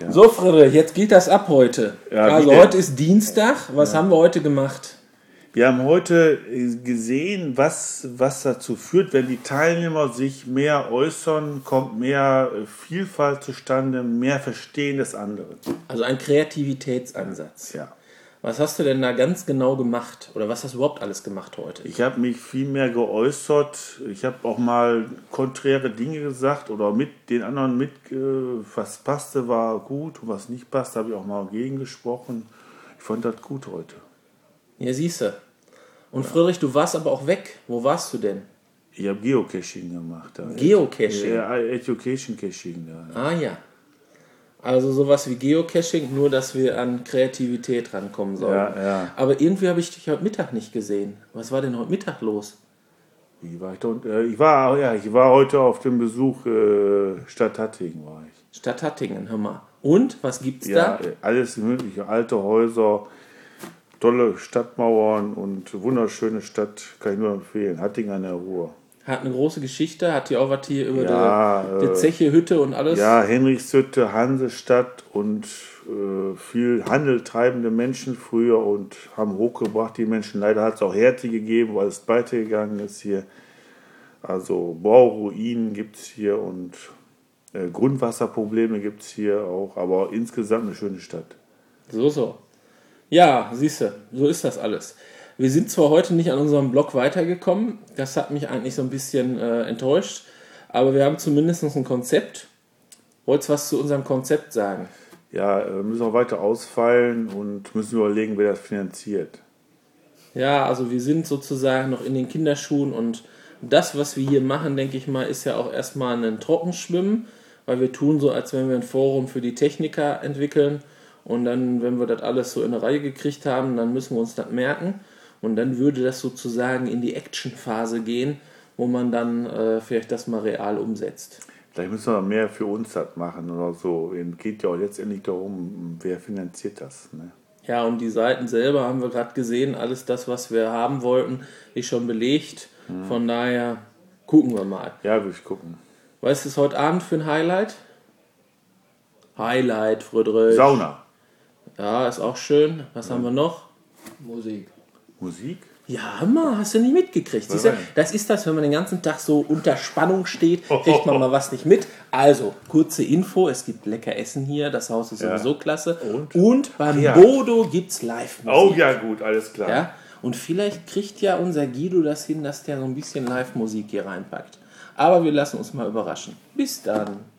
Ja. So, Frederik, jetzt geht das ab heute. Ja, also wie denn? heute ist Dienstag. Was haben wir heute gemacht? Wir haben heute äh, gesehen, was, was dazu führt, wenn die Teilnehmer sich mehr äußern, kommt mehr äh, Vielfalt zustande, mehr Verstehen des anderen. Also ein Kreativitätsansatz. Ja. Was hast du denn da ganz genau gemacht? Oder was hast du überhaupt alles gemacht heute? Ich habe mich viel mehr geäußert. Ich habe auch mal konträre Dinge gesagt oder mit den anderen mit, äh, was passte, war gut und was nicht passte, habe ich auch mal gegengesprochen. Ich fand das gut heute. Ja, siehst du. Und Friedrich, du warst aber auch weg. Wo warst du denn? Ich habe Geocaching gemacht. Da. Geocaching. Ja, Education Caching. Da. Ah ja. Also sowas wie Geocaching, nur dass wir an Kreativität rankommen sollen. Ja, ja. Aber irgendwie habe ich dich heute Mittag nicht gesehen. Was war denn heute Mittag los? Wie war ich da? unten? Äh, ich, war, ja, ich war heute auf dem Besuch äh, Stadt Hattingen. War ich. Stadt Hattingen, hör mal. Und, was gibt's Ja, da? äh, alles mögliche. Alte Häuser, tolle Stadtmauern und wunderschöne Stadt. Kann ich nur empfehlen. Hattingen an der Ruhr. Hat eine große Geschichte, hat die auch was hier über Ja, äh, die, die Zeche, Hütte und alles. Ja, Henrichshütte, Hansestadt und äh, viel Handel treibende Menschen früher und haben hochgebracht die Menschen. Leider hat es auch Härte gegeben, weil es weitergegangen ist hier. Also Bauruinen gibt es hier und äh, Grundwasserprobleme gibt es hier auch, aber insgesamt eine schöne Stadt. So, so. Ja, siehste, so ist das alles. Wir sind zwar heute nicht an unserem Blog weitergekommen, das hat mich eigentlich so ein bisschen äh, enttäuscht, aber wir haben zumindest ein Konzept. Wolltest was zu unserem Konzept sagen? Ja, äh, müssen auch weiter ausfallen und müssen überlegen, wer das finanziert. Ja, also wir sind sozusagen noch in den Kinderschuhen und das, was wir hier machen, denke ich mal, ist ja auch erstmal ein Trockenschwimmen, weil wir tun so, als wenn wir ein Forum für die Techniker entwickeln und dann, wenn wir das alles so in eine Reihe gekriegt haben, dann müssen wir uns das merken und dann würde das sozusagen in die Action-Phase gehen, wo man dann äh, vielleicht das mal real umsetzt. Vielleicht müssen wir mehr für uns das machen oder so. Es geht ja auch letztendlich darum, wer finanziert das. Ne? Ja, und die Seiten selber haben wir gerade gesehen, alles das, was wir haben wollten, ist schon belegt. Von daher gucken wir mal. Ja, will ich gucken. Was ist heute Abend für ein Highlight? Highlight, Friedrich. Sauna. Ja, ist auch schön. Was haben wir noch? Musik. Musik? Ja, Hammer, hast du nicht mitgekriegt. Siehst du, Nein. das ist das, wenn man den ganzen Tag so unter Spannung steht, kriegt man mal was nicht mit. Also, kurze Info, es gibt lecker Essen hier, das Haus ist sowieso klasse. Und, beim Ja. Bodo gibt's Live-Musik. Oh ja, gut, alles klar. Ja? Und vielleicht kriegt ja unser Guido das hin, dass der so ein bisschen Live-Musik hier reinpackt. Aber wir lassen uns mal überraschen. Bis dann.